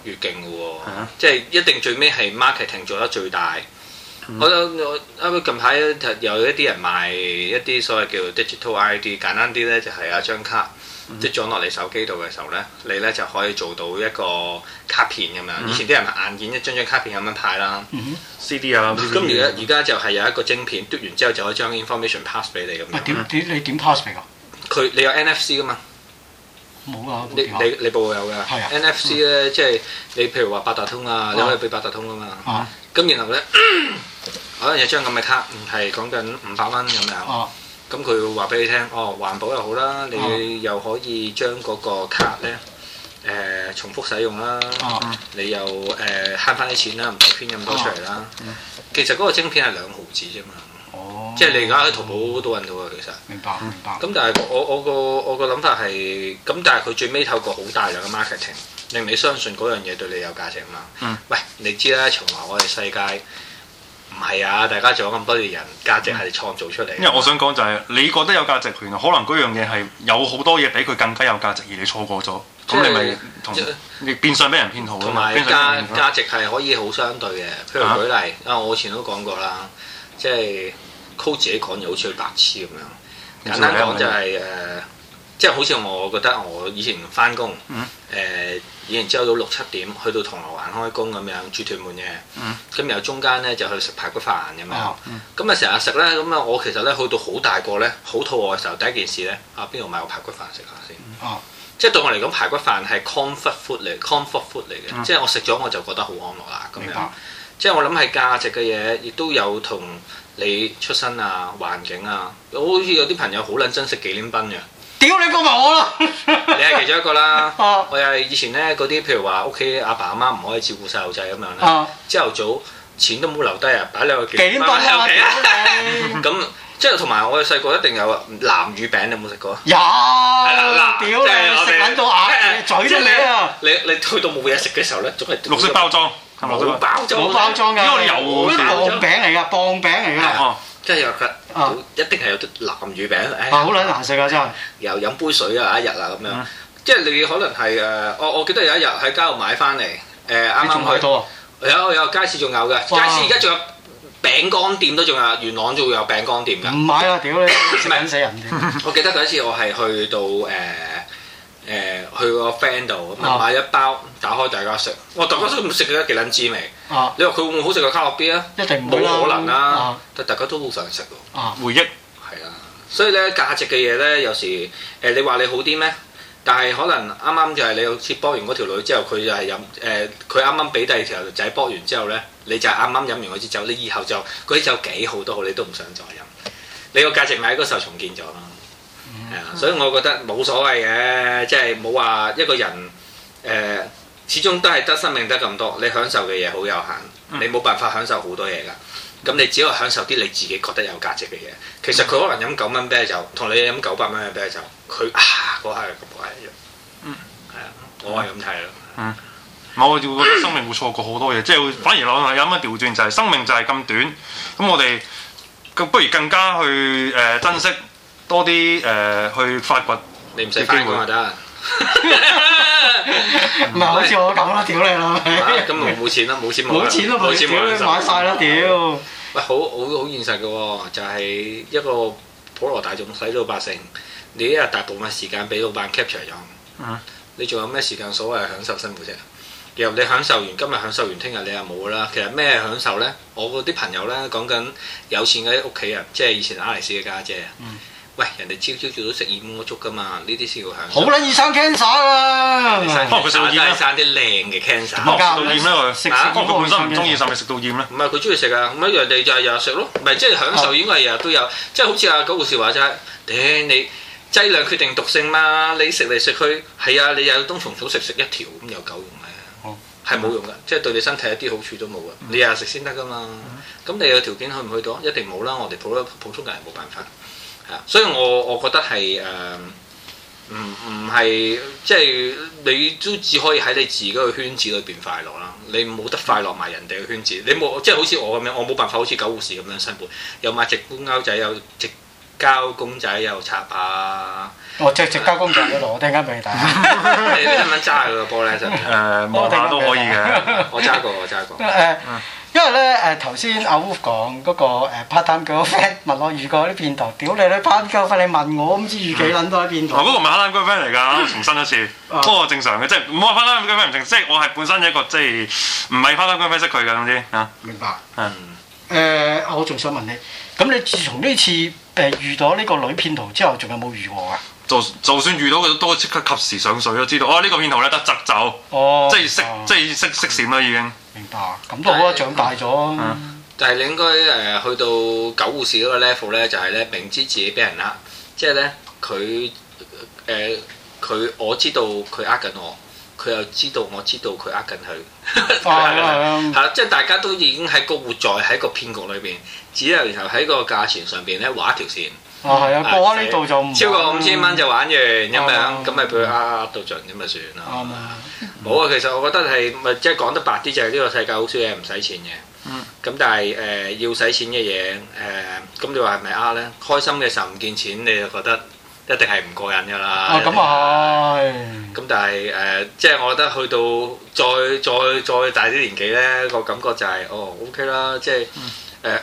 [SPEAKER 2] 越勁嘅喎
[SPEAKER 3] 啊，
[SPEAKER 2] 即係一定最尾係 marketing 做得最大，我我啱啱近排有一啲人賣一啲所謂叫 digital ID，簡單啲咧就係有一張卡，即咗落你手機度嘅時候咧，你咧就可以做到一個卡片咁樣。以前啲人係硬件一張張卡片咁樣派啦，
[SPEAKER 3] CD 啊，
[SPEAKER 2] 咁而家而家就係有一個晶片，嘟完之後就可以將 information pass 俾你咁
[SPEAKER 1] 喂
[SPEAKER 2] 樣。
[SPEAKER 1] 啊點點你點 pass 俾我？
[SPEAKER 2] 佢你有 NFC 噶嘛？
[SPEAKER 1] 冇啊，部
[SPEAKER 2] 你
[SPEAKER 1] 電話
[SPEAKER 2] 你你部會有㗎
[SPEAKER 1] 係啊
[SPEAKER 2] ，NFC 咧即係你譬如話八達通啊，你可以俾八達通啊嘛。
[SPEAKER 1] 啊
[SPEAKER 2] 咁然後咧， 可能有張咁嘅卡，係講緊五百蚊咁樣。
[SPEAKER 1] 啊
[SPEAKER 2] 咁佢會話俾你聽，哦，環保又好啦，你又可以將嗰個卡咧。誒、重複使用啦，
[SPEAKER 1] 啊
[SPEAKER 2] 你又誒慳翻啲錢啦，唔使編咁多出嚟啦。
[SPEAKER 1] 啊
[SPEAKER 2] 其實嗰個晶片係兩毫子啫嘛，
[SPEAKER 1] 嗯哦，
[SPEAKER 2] 即係你而家喺淘寶都揾到啊，其實。
[SPEAKER 1] 明白明白
[SPEAKER 2] 咁但係我我個我個諗法係，咁但係佢最尾透過好大量嘅 marketing，令你相信嗰樣嘢對你有價值啊嘛。
[SPEAKER 3] 嗯
[SPEAKER 2] 喂，你知啦，從來我哋世界唔係啊，大家仲有咁多嘅人，價值係創造出嚟。
[SPEAKER 3] 因為我想講就係你覺得有價值，原來可能嗰樣嘢係有好多嘢比佢更加有價值，而你錯過咗，
[SPEAKER 2] 即係
[SPEAKER 3] 咁你咪同
[SPEAKER 2] 即係
[SPEAKER 3] 你變相俾人騙徒啊
[SPEAKER 2] 同
[SPEAKER 3] 嘛，
[SPEAKER 2] 埋
[SPEAKER 3] 變相俾
[SPEAKER 2] 價
[SPEAKER 3] 人騙徒
[SPEAKER 2] 價值係可以好相對嘅，譬如
[SPEAKER 3] 啊
[SPEAKER 2] 舉例，啊我以前都講過啦，即係 call 自己講嘢好似佢白痴咁樣。簡單講就係、誒、呃即係好似我覺得我以前翻工，誒、呃
[SPEAKER 3] 嗯
[SPEAKER 2] 以前朝頭早六七點去到銅鑼灣開工咁樣，住屯門嘅，
[SPEAKER 3] 嗯
[SPEAKER 2] 咁、然後中間咧就去食排骨飯咁樣
[SPEAKER 3] 哦
[SPEAKER 1] 啊，
[SPEAKER 2] 咁啊成日食咧，咁啊我其實咧去到好大個咧，好肚餓嘅時候，第一件事咧啊邊度買個排骨飯食下先。
[SPEAKER 1] 啊
[SPEAKER 2] 即係對我嚟講，排骨飯係 comfort food 嚟，comfort food 嚟嘅，即係我食咗我就覺得好安樂啦咁
[SPEAKER 1] 嗯明
[SPEAKER 2] 樣
[SPEAKER 1] 白。
[SPEAKER 2] 即係我諗係價值嘅嘢，亦都有同你出身啊、環境啊。我好似有啲朋友好撚珍惜忌 廉賓嘅，
[SPEAKER 1] 屌你過埋我啦！。
[SPEAKER 2] 你係其中一個啦
[SPEAKER 1] 啊
[SPEAKER 2] 我又係以前咧嗰啲，譬如話屋企阿爸阿媽唔可以照顧細路仔咁樣咧，
[SPEAKER 1] 啊，
[SPEAKER 2] 朝頭早錢都冇留低啊，擺兩個忌
[SPEAKER 1] 忌廉賓
[SPEAKER 2] 喺
[SPEAKER 1] 啊
[SPEAKER 2] 屋企啊。
[SPEAKER 1] 屌
[SPEAKER 2] 咁即係同埋我哋細個一定有南乳餅，你有冇食過啊？
[SPEAKER 1] 你！有
[SPEAKER 2] 嗱
[SPEAKER 1] 屌你
[SPEAKER 2] 即係我哋
[SPEAKER 1] 食撚到牙嘴都你啊！！
[SPEAKER 2] 即係你你去到冇嘢食嘅時候咧，總係
[SPEAKER 3] 綠色包裝係咪綠色
[SPEAKER 2] 冇
[SPEAKER 3] 包裝？
[SPEAKER 1] 冇
[SPEAKER 2] 包裝，
[SPEAKER 1] 包裝㗎，
[SPEAKER 3] 因為我哋
[SPEAKER 2] 有
[SPEAKER 1] 磅餅嚟㗎，磅餅嚟㗎，
[SPEAKER 3] 哦，
[SPEAKER 2] 即係有佢
[SPEAKER 1] 啊
[SPEAKER 2] 一定係有啲南乳餅，唉
[SPEAKER 1] 啊，好撚難食啊真係。
[SPEAKER 2] 又飲杯水啊，一日啊咁樣
[SPEAKER 3] 嗯。
[SPEAKER 2] 即係你可能係誒，我我記得有一日喺街度買翻嚟，誒啱
[SPEAKER 1] 你仲
[SPEAKER 2] 啱
[SPEAKER 1] 買
[SPEAKER 2] 去
[SPEAKER 1] 到啊？
[SPEAKER 2] 有有街市仲有嘅，街
[SPEAKER 1] 哇
[SPEAKER 2] 市而家仲有餅乾店都仲有，元朗仲有餅乾店㗎
[SPEAKER 1] 唔。買啦， 屌你，食撚死人添。
[SPEAKER 2] 我記得有一次我係去到誒誒、去個 friend 度咁
[SPEAKER 1] 啊
[SPEAKER 2] 啊買一包，打開大家食，我大家都唔食得幾撚滋味。
[SPEAKER 1] 啊，
[SPEAKER 2] 你話佢會唔會好食過卡樂 B 啊？
[SPEAKER 1] 一定唔
[SPEAKER 2] 冇
[SPEAKER 1] 會啦。
[SPEAKER 2] 可能啦、
[SPEAKER 1] 啊
[SPEAKER 2] 但大家都好想食喎，
[SPEAKER 1] 啊，
[SPEAKER 3] 回憶
[SPEAKER 2] 係啊。所以咧價值嘅嘢咧，有時誒、你話你好啲咩？但係可能啱啱就係你好似幫完嗰條女之後，佢就係飲誒，佢啱啱俾第二條仔幫完之後咧，你就係啱啱飲完嗰支酒，你以後就嗰支酒幾好都好，你都唔想再飲。你個價值咪喺嗰時候重建咗咯。係啊，所以我覺得冇所謂嘅，即係冇話一個人誒、始終都係得生命得咁多，你享受嘅嘢好有限，你冇辦法享受好多嘢㗎。咁你只有享受啲你自己覺得有價值嘅嘢。其實佢可能飲九蚊啤酒，同你飲九百蚊嘅啤酒，佢啊嗰下嘅感覺係一樣。
[SPEAKER 3] 嗯，
[SPEAKER 2] 係啊，我係咁睇咯。
[SPEAKER 3] 我會覺得生命會錯過好多嘢，即係會反而我係諗一調轉就係生命就係咁短，咁我哋咁不如更加去誒、呃珍惜多啲誒、呃去發掘。
[SPEAKER 2] 你唔使翻工就得。
[SPEAKER 1] 唔係好似我咁啦，屌你啦，
[SPEAKER 2] 啊
[SPEAKER 1] 係
[SPEAKER 2] 咁
[SPEAKER 1] 咪
[SPEAKER 2] 咪冇錢啦，冇錢冇
[SPEAKER 1] 冇
[SPEAKER 2] 啦
[SPEAKER 1] 錢都
[SPEAKER 2] 冇
[SPEAKER 1] 冇，
[SPEAKER 2] 錢冇
[SPEAKER 1] 屌你
[SPEAKER 2] 享受
[SPEAKER 1] 買晒啦，屌！
[SPEAKER 2] 喂，好好好現實嘅喎、就係、一個普羅大眾使老百姓，你一日大部分時間俾老闆 capture 咗，
[SPEAKER 3] 嗯
[SPEAKER 2] 你仲有咩時間所謂享受生活啫？然後你享受完今日享受完，聽日你又冇啦。其實咩享受呢？我嗰啲朋友呢，講緊有錢嗰啲屋企人，即係以前阿黎斯嘅家姐啊。喂，人哋朝朝早都食燕窩粥噶嘛，呢啲先叫享受。
[SPEAKER 1] 好撚易生 cancer
[SPEAKER 2] 你生
[SPEAKER 1] 啊！
[SPEAKER 3] 哦幫佢食到
[SPEAKER 2] 生
[SPEAKER 3] 厭啦
[SPEAKER 2] 生啲靚嘅 cancer。
[SPEAKER 3] 唔係食到厭咩佢？
[SPEAKER 1] 食食
[SPEAKER 3] 啊佢本
[SPEAKER 1] 食
[SPEAKER 3] 身唔中意，甚至食到厭咧。
[SPEAKER 2] 唔係佢中意食啊，咁一樣你就係日日食咯，咪即係享受應該係日日都有，即係好似阿九護士話齋，頂你劑量決定毒性嘛，你食嚟食去係啊，你有冬蟲草食食一條咁有狗用咩？
[SPEAKER 3] 哦
[SPEAKER 2] 係冇用噶，即係對你身體一啲好處都冇噶，你日日食先得噶嘛。咁你有條件去唔去到？一定冇啦，我哋普普通人冇辦法係啊，所以我我覺得係誒。唔唔係，即係你都只可以喺你自己嘅圈子裏邊快樂啦。你冇得快樂埋人哋嘅圈子，你冇即係好似我咁樣，我冇辦法好似狗護士咁樣生活，又買直公鈎仔，有直膠公仔，又插啊！
[SPEAKER 1] 我隻直交公仔嗰度，我突然間俾你睇。
[SPEAKER 2] 你
[SPEAKER 3] 呃
[SPEAKER 2] 你想唔想揸佢個波咧？真係
[SPEAKER 3] 誒望下都可以嘅。
[SPEAKER 2] 我揸過，我揸過。
[SPEAKER 1] 誒，因為咧誒頭先阿 Wolf 講嗰個誒 part time girlfriend 問我遇過啲騙徒，屌你啲 part time girlfriend 你問我，唔知遇幾撚多啲騙
[SPEAKER 3] 哦我嗰
[SPEAKER 1] 徒。
[SPEAKER 3] 個唔係 Hotline Girlfriend 嚟㗎，重申一次，
[SPEAKER 1] 啊
[SPEAKER 3] 不過正常嘅，即係唔好話 Hotline Girlfriend 唔正，即係我係本身一個即係唔係 Hotline Girlfriend 識佢㗎，總之啊，
[SPEAKER 1] 明白。
[SPEAKER 2] 嗯，
[SPEAKER 1] 誒、我仲想問你，咁你自從呢次誒、遇到呢個女騙徒之後，仲有冇遇過啊？
[SPEAKER 3] 就就算遇到佢都即刻及時上水都知道哦呢個騙徒咧得疾走，
[SPEAKER 1] 哦
[SPEAKER 3] 即係識
[SPEAKER 1] 哦
[SPEAKER 3] 即係識識閃啦已經。
[SPEAKER 1] 明白，咁都好啊，
[SPEAKER 2] 但係
[SPEAKER 1] 長大咗。
[SPEAKER 3] 嗯
[SPEAKER 2] 但係你應該誒、呃去到狗護士嗰個 level 咧，就係、咧明知自己俾人呃，即係咧佢誒佢呃我知道佢呃緊我，佢又知道我知道佢呃緊 佢，佢呃緊佢
[SPEAKER 1] 啊
[SPEAKER 2] 係啦，即係大家都已經喺個活在喺個騙局裏邊，只有然後喺個價錢上邊咧畫一條線，
[SPEAKER 1] 啊，係啊，過咗呢度就唔
[SPEAKER 2] 超過五千蚊就玩完咁
[SPEAKER 1] 啊
[SPEAKER 2] 樣，咁咪俾佢呃呃到盡咁咪算
[SPEAKER 1] 啱
[SPEAKER 2] 啦。
[SPEAKER 1] 啊，
[SPEAKER 2] 冇啊，其實我覺得係咪即係講得白啲就係呢個世界好少嘢唔使錢嘅。
[SPEAKER 1] 嗯
[SPEAKER 2] 咁但係誒、呃要使錢嘅嘢誒，咁、你話係咪呃咧？開心嘅時候唔見錢，你就覺得一定係唔過癮㗎啦。
[SPEAKER 1] 啊咁啊係，
[SPEAKER 2] 咁但係誒、呃即係我覺得去到再再再大啲年紀咧，個感覺就係、哦，OK 啦，即係誒、 呃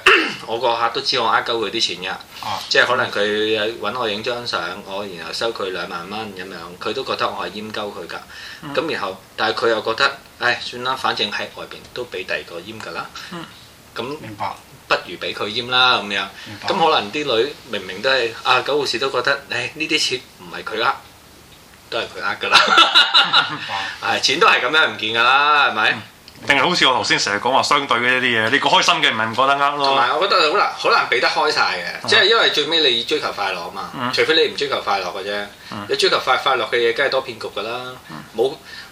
[SPEAKER 2] 我個客都知我呃鳩佢啲錢㗎，
[SPEAKER 1] 啊
[SPEAKER 2] 即係可能佢揾我影張相，我然後收佢兩萬蚊咁樣，佢都覺得我係閹鳩佢㗎。咁、然後，但係佢又覺得，唉，算啦，反正喺外邊都俾第二個閹㗎啦。咁、
[SPEAKER 1] 明白
[SPEAKER 2] 不如俾佢閹啦咁樣。
[SPEAKER 1] 明白。
[SPEAKER 2] 咁可能啲女明明都係啊，九護士都覺得，誒呢啲錢唔係佢呃，都係佢呃㗎啦。
[SPEAKER 1] 明白
[SPEAKER 2] 係錢都係咁樣唔見㗎啦，係咪？
[SPEAKER 3] 定係好似我頭先成日講話相對嘅一啲嘢，你個開心嘅唔係唔覺得呃
[SPEAKER 2] 同
[SPEAKER 3] 咯，
[SPEAKER 2] 埋我覺得好難好難避得開晒嘅，即係因為最尾你追求快樂啊嘛，除非你唔追求快樂嘅啫。你追求快快樂嘅嘢，梗係多騙局㗎啦。冇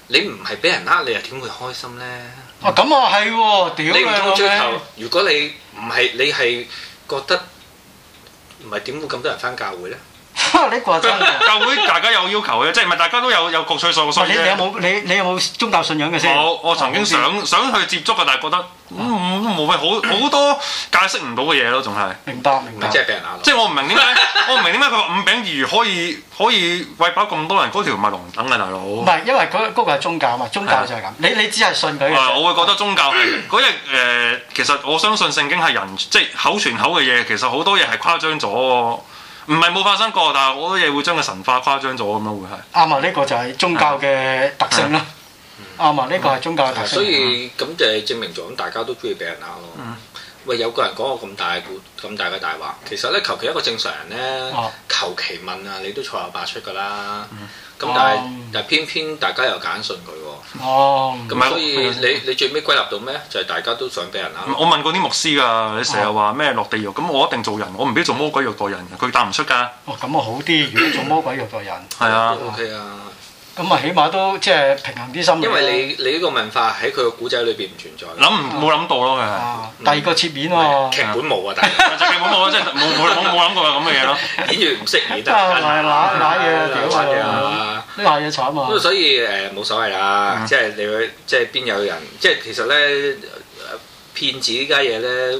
[SPEAKER 2] 你唔係俾人呃，你又點會開心呢？
[SPEAKER 1] 啊咁啊係喎，屌
[SPEAKER 2] 你唔
[SPEAKER 1] 老
[SPEAKER 2] 通追
[SPEAKER 1] 味
[SPEAKER 2] 求？如果你唔係你係覺得唔係點會咁多人翻教會呢？
[SPEAKER 1] 呢個 真嘅。
[SPEAKER 3] 教會大家有要求嘅，即係咪大家都有有各取所需
[SPEAKER 1] 喂你你有
[SPEAKER 3] 啫。
[SPEAKER 1] 冇你你有冇宗教信仰嘅先？
[SPEAKER 3] 我我曾經想想去接觸嘅，但係覺得嗯冇乜好好多解釋唔到嘅嘢咯，仲係。
[SPEAKER 1] 明白明
[SPEAKER 2] 唔
[SPEAKER 1] 白
[SPEAKER 2] 係。即係俾人呃咯
[SPEAKER 3] 即係我唔明點解， 我唔明點解佢話五餅二魚可以可以餵飽咁多人，嗰條咪龍等嘅大佬。
[SPEAKER 1] 唔係因為嗰嗰個係宗教嘛，宗教就係咁。你你只係信佢嘅
[SPEAKER 3] 啊
[SPEAKER 1] 啫。
[SPEAKER 3] 我會覺得宗教係嗰日誒，其實我相信聖經係人即係口傳口嘅嘢，其實好多嘢係誇張咗喎，唔係冇發生過，但係好多嘢會將佢神化誇張咗咁樣會係。
[SPEAKER 1] 啱啊！呢個就係宗教嘅特性啦。啱啊！呢個係宗教嘅特性。
[SPEAKER 2] 所以咁就係證明咗，咁大家都中意俾人呃咯。喂，有個人講我咁大故咁大嘅大話，其實咧，求其一個正常人咧
[SPEAKER 1] 哦，
[SPEAKER 2] 求其問啊，你都錯有百出噶啦。咁
[SPEAKER 1] 哦
[SPEAKER 2] 但係但係偏偏大家又揀信佢喎，
[SPEAKER 1] 哦，
[SPEAKER 3] 唔係嗯
[SPEAKER 2] 咁所以你你最尾歸納到咩？就係大家都想俾人呃。
[SPEAKER 3] 我問過啲牧師㗎，你成日話咩落地獄，咁我一定做人，我唔俾做魔鬼虐待人，佢答唔出㗎。
[SPEAKER 1] 哦咁啊好啲。如果做魔鬼虐待人，
[SPEAKER 3] 係啊，
[SPEAKER 2] 都 OK 啊，
[SPEAKER 1] 咁啊起碼都即係平衡啲心理。
[SPEAKER 2] 因為你你呢個文化喺佢個古仔裏邊唔存在㗎，
[SPEAKER 3] 諗唔冇諗到咯，佢係。
[SPEAKER 1] 啊第二個切面喎。
[SPEAKER 3] 嗯
[SPEAKER 2] 劇本冇啊，但係
[SPEAKER 3] 就係冇冇即係冇冇冇冇諗過有咁嘅嘢咯。
[SPEAKER 2] 演員唔識演得，
[SPEAKER 1] 啊賴賴賴嘢啊 屌啊
[SPEAKER 2] 賴嘢啊！
[SPEAKER 1] 呢下嘢慘
[SPEAKER 2] 咁
[SPEAKER 1] 啊！
[SPEAKER 2] 所以誒冇所謂
[SPEAKER 3] 啊
[SPEAKER 2] 啦，即係你會即係邊有人，即係其實咧呃騙子呢家嘢咧，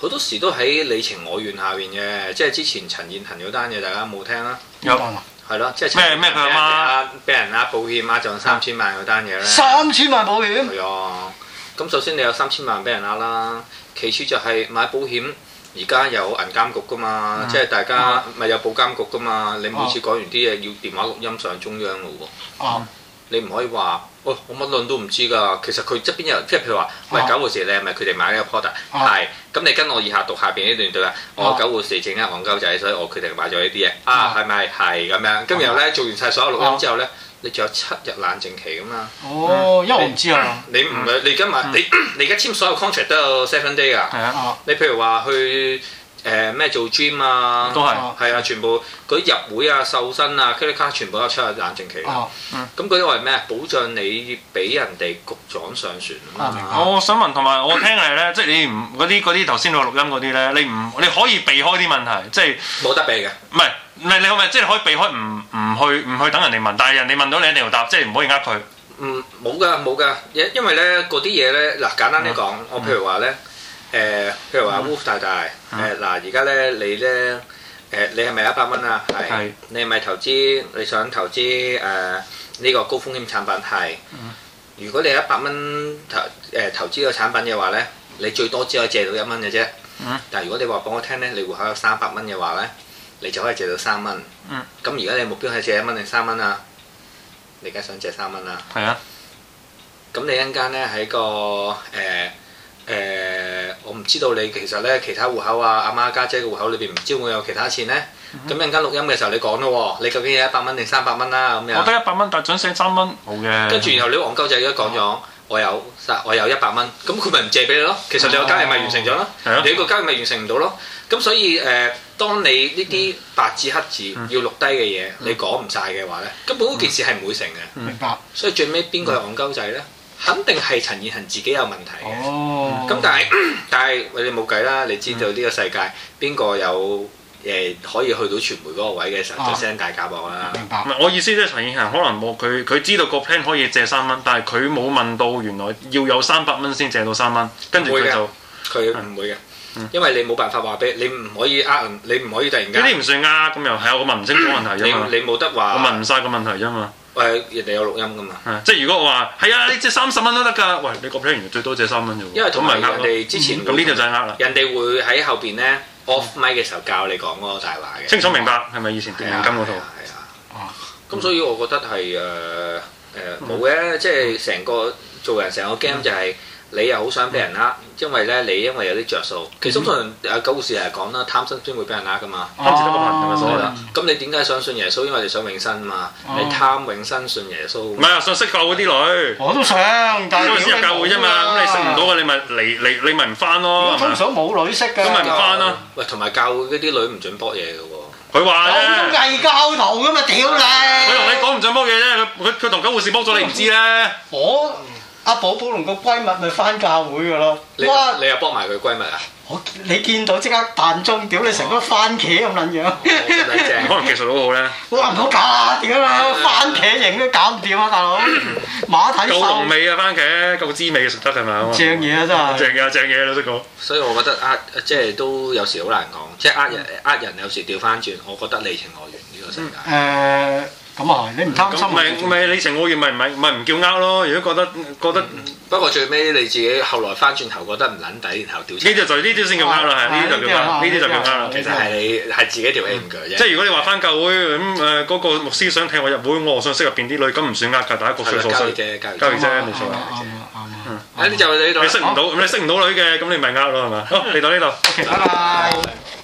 [SPEAKER 2] 好多時都喺你情我願下邊嘅。即係之前陳燕恒嗰單嘢，大家有冇聽啦？
[SPEAKER 3] 有
[SPEAKER 1] 點辦啊
[SPEAKER 2] 係咯，即係陳
[SPEAKER 3] 咩咩佢
[SPEAKER 2] 俾人
[SPEAKER 3] 阿
[SPEAKER 2] 呃俾人呃保險呃咗三千萬嗰單嘢咧。
[SPEAKER 3] 啊
[SPEAKER 1] 三千萬保險，
[SPEAKER 2] 係啊，咁首先你有三千萬俾人呃啦，其次就係買保險，而家有銀監局噶嘛，
[SPEAKER 3] 啊
[SPEAKER 2] 即係大家咪有保監局噶嘛，你每次講完啲嘢要電話錄音上中央咯喎。
[SPEAKER 1] 啊
[SPEAKER 2] 你唔可以話，喂、我乜論都唔知㗎。其實佢側邊有人，即係譬如話，喂，九護士你係咪佢哋買呢個 product？
[SPEAKER 1] 啊
[SPEAKER 2] 係、咁你跟我以下讀下邊呢段對話，我九護士整呃戇鳩仔，所以我決定買咗呢啲嘢。啊
[SPEAKER 1] 啊，
[SPEAKER 2] 係咪係咁樣？咁然後咧做完晒所有錄音之後咧，你仲有七日冷靜期㗎嘛？
[SPEAKER 3] 嗯
[SPEAKER 1] 哦，因為我唔知啊
[SPEAKER 2] 你唔係你而家買你 你而家簽所有 contract 都有 seven day 㗎。
[SPEAKER 3] 係啊，
[SPEAKER 1] 啊
[SPEAKER 2] 你譬如話去誒咩、做 gym 啊，
[SPEAKER 3] 都係。
[SPEAKER 1] 啊
[SPEAKER 2] 係啊，全部嗰啲入會啊、瘦身啊、credit card 全部都有七日冷靜期㗎。
[SPEAKER 1] 啊
[SPEAKER 2] 咁嗰啲我係咩？保障你俾人哋局長上船啊嘛！
[SPEAKER 3] 我想問，同埋我聽係咧，即係你唔嗰啲嗰啲頭先我錄音嗰啲咧，你唔你可以避開啲問題，即係
[SPEAKER 2] 冇得避嘅，
[SPEAKER 3] 唔係唔係你可唔可以即係可以避開唔唔去唔去等人哋問，但係人哋問到你一定要答，即係唔可以呃佢。
[SPEAKER 2] 嗯，冇噶冇噶，因因為咧嗰啲嘢咧，嗱簡單啲講，我譬如話咧，誒譬如話 Wolf 大大，誒嗱而家咧你咧誒你係咪一百蚊啊？係
[SPEAKER 3] 係，
[SPEAKER 2] 你係咪投資？你想投資誒呢個高風險產品係？如果你一百蚊投誒投資個產品嘅話咧，你最多只可以借到一蚊嘅啫。
[SPEAKER 3] 嗯
[SPEAKER 2] 但係如果你話俾我聽咧，你戶口有三百蚊嘅話咧，你就可以借到三蚊。
[SPEAKER 3] 嗯
[SPEAKER 2] 咁而家你目標係借一蚊定三蚊啊？你梗係想借三蚊啦。
[SPEAKER 3] 係啊，
[SPEAKER 2] 咁你一陣間咧喺個誒誒、呃呃我唔知道你其實咧其他戶口啊，阿媽家姐嘅戶口裏邊唔知會有其他錢咧。咁一陣間錄音嘅時候你講咯喎，你究竟有一百蚊定三百蚊啦咁
[SPEAKER 3] 我
[SPEAKER 2] 樣。
[SPEAKER 3] 得一百蚊，但係獎寫三蚊，冇嘅。
[SPEAKER 2] 跟住然後你戇鳩仔都講咗，我有我有一百蚊，咁佢咪唔借俾你咯？其實你個交易咪完成咗咯。
[SPEAKER 3] 係啊
[SPEAKER 2] 你，個交易咪完成唔到咯。咁所以誒、呃，當你呢啲白紙黑字要錄低嘅嘢，你講唔晒嘅話咧，根本嗰件事係唔會成嘅。
[SPEAKER 3] 嗯
[SPEAKER 1] 明白。
[SPEAKER 2] 所以最尾邊個係戇鳩仔咧？肯定係陳燕恒自己有問
[SPEAKER 3] 嗯
[SPEAKER 2] 題嘅。
[SPEAKER 1] 哦。
[SPEAKER 2] 咁、但係 但係你冇計啦，你知道呢個世
[SPEAKER 3] 嗯
[SPEAKER 2] 界邊個有誒、呃可以去到傳媒嗰個位嘅時候，
[SPEAKER 1] 啊
[SPEAKER 2] 就 send 大夾磅啦。
[SPEAKER 1] 明
[SPEAKER 3] 唔
[SPEAKER 1] 白。
[SPEAKER 3] 係我意思即係陳燕恒可能冇佢佢知道個 plan 可以借三蚊，但係佢冇問到原來要有三百蚊先借到三蚊，跟住
[SPEAKER 2] 會
[SPEAKER 3] 佢
[SPEAKER 2] 嘅
[SPEAKER 3] 就
[SPEAKER 2] 佢
[SPEAKER 3] 嗯
[SPEAKER 2] 唔會嘅，因為你冇辦法話俾你唔可以呃人，你唔可以突然
[SPEAKER 3] 呢啲
[SPEAKER 2] 間
[SPEAKER 3] 唔算呃咁又係我問唔清楚問題
[SPEAKER 2] 你
[SPEAKER 3] 啫嘛，
[SPEAKER 2] 你冇得
[SPEAKER 3] 我問
[SPEAKER 2] 話
[SPEAKER 3] 唔晒個問題啫嘛。
[SPEAKER 2] 誒人哋有錄音噶嘛。
[SPEAKER 3] 係啊即係如果我話係啊，你借三十蚊都得㗎，喂，你個 plan 原來最多借三蚊啫喎，
[SPEAKER 2] 因為同埋
[SPEAKER 3] 咁咪呃
[SPEAKER 2] 人
[SPEAKER 3] 咯
[SPEAKER 2] 哋之前
[SPEAKER 3] 咁呢條就係呃啦，
[SPEAKER 2] 人哋會喺後邊咧 off mic 嘅時候教你講嗰個大話嘅。
[SPEAKER 3] 清楚明白係咪以前電
[SPEAKER 2] 係
[SPEAKER 3] 影
[SPEAKER 2] 啊，
[SPEAKER 3] 金嗰套
[SPEAKER 2] 係？啊係啊。
[SPEAKER 3] 嗯
[SPEAKER 1] 哦。
[SPEAKER 2] 咁所以我覺得
[SPEAKER 1] 嗯
[SPEAKER 2] 係誒誒冇嘅，即係成個做人成個 game 就係你又好想俾人呃，因為咧你因為有啲着數。
[SPEAKER 1] 嗯
[SPEAKER 2] 其實通常誒九護士嚟講啦，貪心先會俾人呃噶嘛。
[SPEAKER 3] 貪字得個貧㗎嘛所謂啊
[SPEAKER 1] 啊
[SPEAKER 2] 係啦，咁你點解想信耶穌？因為你想永生嘛。
[SPEAKER 1] 哦
[SPEAKER 2] 你貪永生信耶穌
[SPEAKER 3] 唔。係啊，想識救嗰啲女，
[SPEAKER 1] 我都想，但
[SPEAKER 3] 因
[SPEAKER 1] 係
[SPEAKER 3] 為先入教會啫嘛，咁你識唔到
[SPEAKER 1] 如
[SPEAKER 3] 嘅你咪嚟嚟你咪唔翻咯，
[SPEAKER 1] 啊果
[SPEAKER 3] 係
[SPEAKER 1] 通
[SPEAKER 3] 咪
[SPEAKER 1] 常冇女識嘅，
[SPEAKER 3] 咁咪唔翻啦。
[SPEAKER 2] 喂，同埋教會嗰啲女唔準搏嘢嘅喎。
[SPEAKER 3] 佢話
[SPEAKER 1] 我
[SPEAKER 3] 啫
[SPEAKER 1] 都。藝教徒噶嘛，屌
[SPEAKER 3] 啊佢同你
[SPEAKER 1] 你！
[SPEAKER 3] 講唔準幫嘢啫，佢佢佢同九護士幫咗你唔知咧。
[SPEAKER 1] 我阿寶寶同個閨蜜咪翻教會噶咯，
[SPEAKER 2] 你
[SPEAKER 1] 哇！
[SPEAKER 2] 你又搏埋佢閨蜜 啊？
[SPEAKER 1] 我你見到即刻彈中，屌你成個番茄咁撚樣
[SPEAKER 2] 我， 覺得哦正
[SPEAKER 3] 可。能技術好好咧，
[SPEAKER 1] 哇唔好搞啊！屌啊，番茄型都搞唔掂啊，大佬！馬蹄
[SPEAKER 3] 夠濃
[SPEAKER 1] 手
[SPEAKER 3] 味啊番茄，夠滋味嘅食得係咪啊？
[SPEAKER 1] 正嘢啊真係，
[SPEAKER 3] 正嘢啊正嘢老實講，
[SPEAKER 2] 所以我覺得呃，即係都有時好難講，即係呃人呃人有時調翻轉，我覺得你情我願呢個世界。
[SPEAKER 1] 嗯誒咁啊係，你唔貪
[SPEAKER 3] 咁咪
[SPEAKER 1] 心啊
[SPEAKER 3] 咪你情我願咪咪咪唔叫呃咯。如果覺得覺得呢
[SPEAKER 2] 不過最尾你自己後來翻轉頭覺得唔撚抵，然後調查，
[SPEAKER 3] 啲就呢啲先叫呃啦，係呢啲就叫呃，呢啲嗯就叫呃啦。
[SPEAKER 2] 其實係你係自己條氣唔鋸啫。
[SPEAKER 3] 即係如果你話翻教會咁誒嗰個牧師想踢我入會，我想識入邊啲女，咁唔算呃㗎，大家各
[SPEAKER 2] 係
[SPEAKER 3] 取
[SPEAKER 2] 啦
[SPEAKER 3] 所
[SPEAKER 2] 交易
[SPEAKER 3] 需。哦
[SPEAKER 2] 啫，交易
[SPEAKER 3] 交易
[SPEAKER 2] 啫。
[SPEAKER 3] 啫冇錯
[SPEAKER 1] 啱啊啱啊啱啊！
[SPEAKER 2] 啊，呢就係你度啦
[SPEAKER 3] 哦你識唔到，咁你識唔到女嘅，咁你咪呃咯係嘛？好嚟到呢度。
[SPEAKER 1] OK，拜拜。